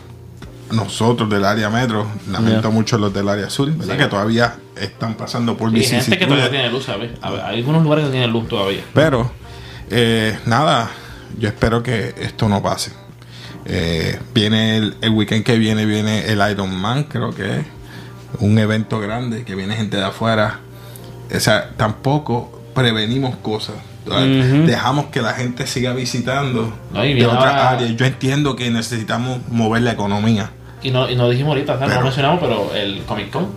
Speaker 2: nosotros del área metro, lamento mucho los del área sur, ¿verdad?
Speaker 1: Sí.
Speaker 2: que todavía están pasando por
Speaker 1: Y gente que todavía
Speaker 2: vicisitudes.
Speaker 1: tiene luz, ¿sabes? A ver, Hay algunos lugares que tienen luz todavía.
Speaker 2: Pero, eh, nada, yo espero que esto no pase. Eh, viene el, el weekend que viene, viene el Iron Man, creo que es un evento grande que viene gente de afuera. O sea, tampoco prevenimos cosas.
Speaker 3: Ujú.
Speaker 2: Dejamos que la gente siga visitando
Speaker 1: No, y
Speaker 2: de
Speaker 1: viene
Speaker 2: otras
Speaker 1: ahora-
Speaker 2: áreas. Yo entiendo que necesitamos mover la economía.
Speaker 1: Y no, y no dijimos ahorita, ¿sabes? no
Speaker 2: Pero-
Speaker 1: mencionamos, pero el Comic Con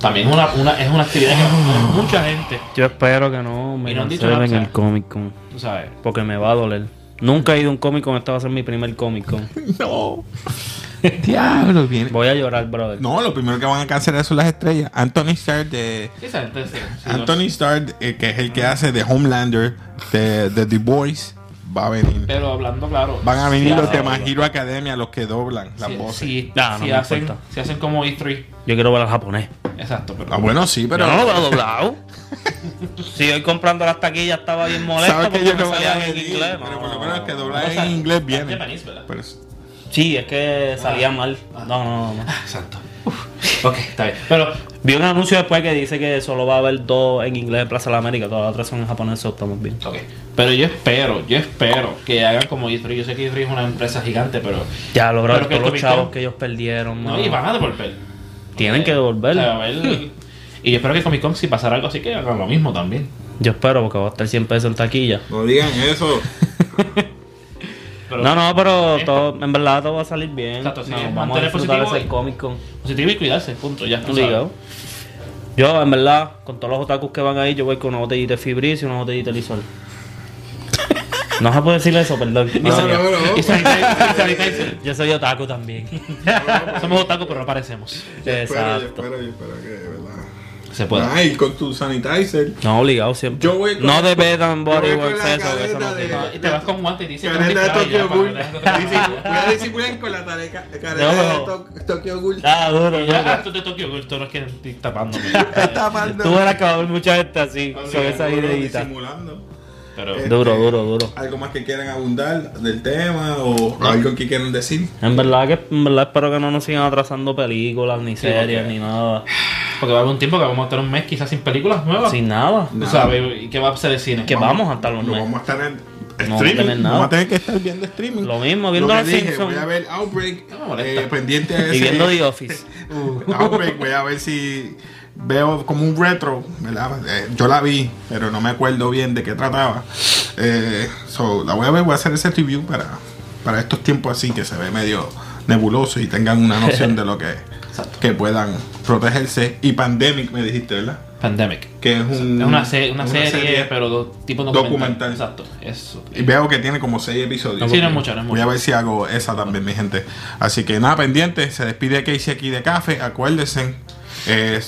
Speaker 1: también es una, una- es una actividad que va a mucha gente,
Speaker 3: Yo espero que no
Speaker 1: Y
Speaker 3: me
Speaker 1: no han dicho
Speaker 3: cancelen
Speaker 1: nada,
Speaker 3: el Comic Con.
Speaker 1: tú sabes.
Speaker 3: Porque me va a doler. Nunca he ido a un Comic Con, esta va a ser mi primer Comic Con.
Speaker 2: No. Diablo, viene.
Speaker 3: Voy a llorar, brother.
Speaker 2: No, lo primero que van a cancelar son las estrellas. Anthony Starr de
Speaker 1: Sí, esa gente sí, sí,
Speaker 2: Anthony Starr, eh, que es el que hace de Homelander, de, de The Boys, va a venir.
Speaker 1: Pero hablando claro.
Speaker 2: Van a venir
Speaker 1: si
Speaker 2: los de
Speaker 1: hacen-
Speaker 2: My Hero Academia, los que doblan las
Speaker 1: si-
Speaker 2: voces.
Speaker 1: si-
Speaker 3: Ah, no
Speaker 1: si
Speaker 3: me
Speaker 1: hacen,
Speaker 3: importa.
Speaker 1: si hacen como E3.
Speaker 3: Yo quiero ver al japonés.
Speaker 1: Exacto, pero.
Speaker 2: Ah, bueno, sí, pero.
Speaker 3: Pero no lo veo doblado. Si hoy comprando las taquillas estaba bien molesto
Speaker 2: Sabes
Speaker 3: porque
Speaker 2: que yo
Speaker 3: me
Speaker 2: no voy a
Speaker 3: salían
Speaker 2: venir,
Speaker 3: en inglés.
Speaker 2: pero
Speaker 3: No,
Speaker 2: por lo
Speaker 3: no,
Speaker 2: menos que
Speaker 3: no.
Speaker 2: doblan
Speaker 1: No,
Speaker 2: en inglés vienen.
Speaker 1: japonés, ¿verdad?
Speaker 2: Pero es-
Speaker 3: Sí, es que salía mal. No, no, no. no.
Speaker 1: Exacto. Ok, está bien. Pero
Speaker 3: Vi un anuncio después que dice que solo va a haber dos en inglés en Plaza de la América, todas las otras son en japonés, so estamos bien.
Speaker 1: Ok. Pero yo espero, yo espero que hagan como E3. Yo sé que E3 es una empresa gigante, pero.
Speaker 3: Ya lograron
Speaker 1: Pero que
Speaker 3: todos los
Speaker 1: tuviste-
Speaker 3: chavos que ellos perdieron,
Speaker 1: No,
Speaker 3: mano.
Speaker 1: y van a devolver.
Speaker 3: Tienen que
Speaker 1: O
Speaker 3: devolverlo.
Speaker 1: sea, a ver- y yo espero que Comic Con, si pasara algo así, que hagan lo mismo también.
Speaker 3: Yo espero porque va a estar 100 pesos en taquilla.
Speaker 4: No digan eso.
Speaker 1: Pero
Speaker 3: no, no, pero
Speaker 1: es-
Speaker 3: todo, en verdad todo va a salir bien.
Speaker 1: Exacto, sí,
Speaker 3: No,
Speaker 1: es
Speaker 3: vamos a
Speaker 1: mantener
Speaker 3: disfrutar
Speaker 1: positivo
Speaker 3: ese
Speaker 1: y-
Speaker 3: Comic Con.
Speaker 1: Positivo y cuidarse, punto. Ya tú
Speaker 3: obligado.
Speaker 1: sabes.
Speaker 3: Yo, en verdad, con todos los otakus que van ahí, yo voy con una botellita de fibris y una botellita de lisol. no se puede decir eso, perdón.
Speaker 1: Y
Speaker 4: No,
Speaker 1: sal-
Speaker 4: no, no.
Speaker 1: y sanitize- y sanitize.
Speaker 3: Yo soy otaku también.
Speaker 1: Somos otaku, pero no parecemos.
Speaker 4: Yo espero, yo
Speaker 3: Exacto. Pues-
Speaker 4: espero, yo espero que de verdad.
Speaker 1: Se puede.
Speaker 4: Ay, con tu sanitizer.
Speaker 3: No, obligado siempre.
Speaker 4: Ah. Yo voy con-
Speaker 3: no de bed and
Speaker 4: yo voy
Speaker 3: body
Speaker 4: con
Speaker 3: works
Speaker 4: la
Speaker 3: eso, que eso no
Speaker 4: cadena de-
Speaker 3: sirve.
Speaker 1: Y te vas con guantes y dices que
Speaker 4: Careta de
Speaker 1: no te
Speaker 4: Tokyo
Speaker 1: clava
Speaker 4: Ghoul.
Speaker 1: ya, para que no te hagas-
Speaker 4: Voy a disimular con la tareca,
Speaker 3: No,
Speaker 4: careta de
Speaker 3: no.
Speaker 4: To- Tokyo Ghoul.
Speaker 3: Ah, duro, duro.
Speaker 1: Ya, tú te Tokyo Ghoul, tú no es que estoy tapándome.
Speaker 4: Está mal,
Speaker 3: Tú verás que va a haber mucha gente así,
Speaker 4: no.
Speaker 3: con esa
Speaker 4: Bueno,
Speaker 3: ideita.
Speaker 4: disimulando.
Speaker 1: Pero
Speaker 4: Eh,
Speaker 3: Duro, duro, duro.
Speaker 4: ¿Algo más que quieran abundar del tema o algo que quieran decir?
Speaker 3: En verdad que en verdad espero que no nos sigan atrasando películas, ni series,
Speaker 1: porque-
Speaker 3: ni nada.
Speaker 1: porque va a haber un tiempo que vamos a estar un mes quizás sin películas nuevas.
Speaker 3: Sin nada.
Speaker 1: Tú sabes, ¿y qué va a ser el cine?
Speaker 3: Que vamos hasta los
Speaker 4: No
Speaker 3: meses.
Speaker 4: vamos a estar en
Speaker 3: No vamos a tener
Speaker 4: streaming.
Speaker 3: nada.
Speaker 2: Vamos a tener que estar viendo streaming.
Speaker 3: Lo mismo,
Speaker 4: Lo
Speaker 3: viendo
Speaker 4: que
Speaker 3: los
Speaker 4: dije,
Speaker 3: Simpsons
Speaker 4: voy a ver Outbreak
Speaker 1: No me molesta.
Speaker 4: eh, pendiente a ese.
Speaker 3: y viendo The Office.
Speaker 2: Outbreak, Ah, voy a ver si veo como un retro, ¿verdad? Eh, yo la vi, pero no me acuerdo bien de qué trataba. Eh, so, la voy a ver, voy a hacer ese review para, para estos tiempos así que se ve medio nebuloso y tengan una noción de lo que
Speaker 1: Exacto.
Speaker 2: que puedan protegerse. Y Pandemic me dijiste, ¿verdad?
Speaker 1: Pandemic.
Speaker 2: Que es un-
Speaker 1: Es una, se- una, serie, pero do- tipo
Speaker 2: Documental.
Speaker 1: documental. Exacto, eso.
Speaker 2: Y veo que tiene como seis episodios.
Speaker 1: Sí, no es mucho, no es
Speaker 2: Voy a
Speaker 1: mucho.
Speaker 2: ver si hago esa también, mi gente. Así que nada, pendiente. Se despide Casey aquí de Café. Acuérdense. eh,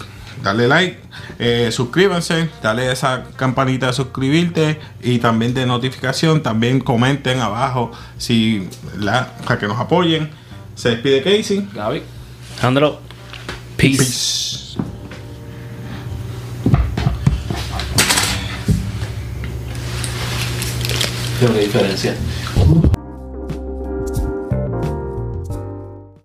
Speaker 2: dale like. eh, suscríbanse. Dale esa campanita de suscribirte. Y también de notificación. También comenten abajo si la, para que nos apoyen. Se despide Casey.
Speaker 1: Gaby.
Speaker 3: Andro, peace.
Speaker 2: Peace.
Speaker 1: Qué diferencia.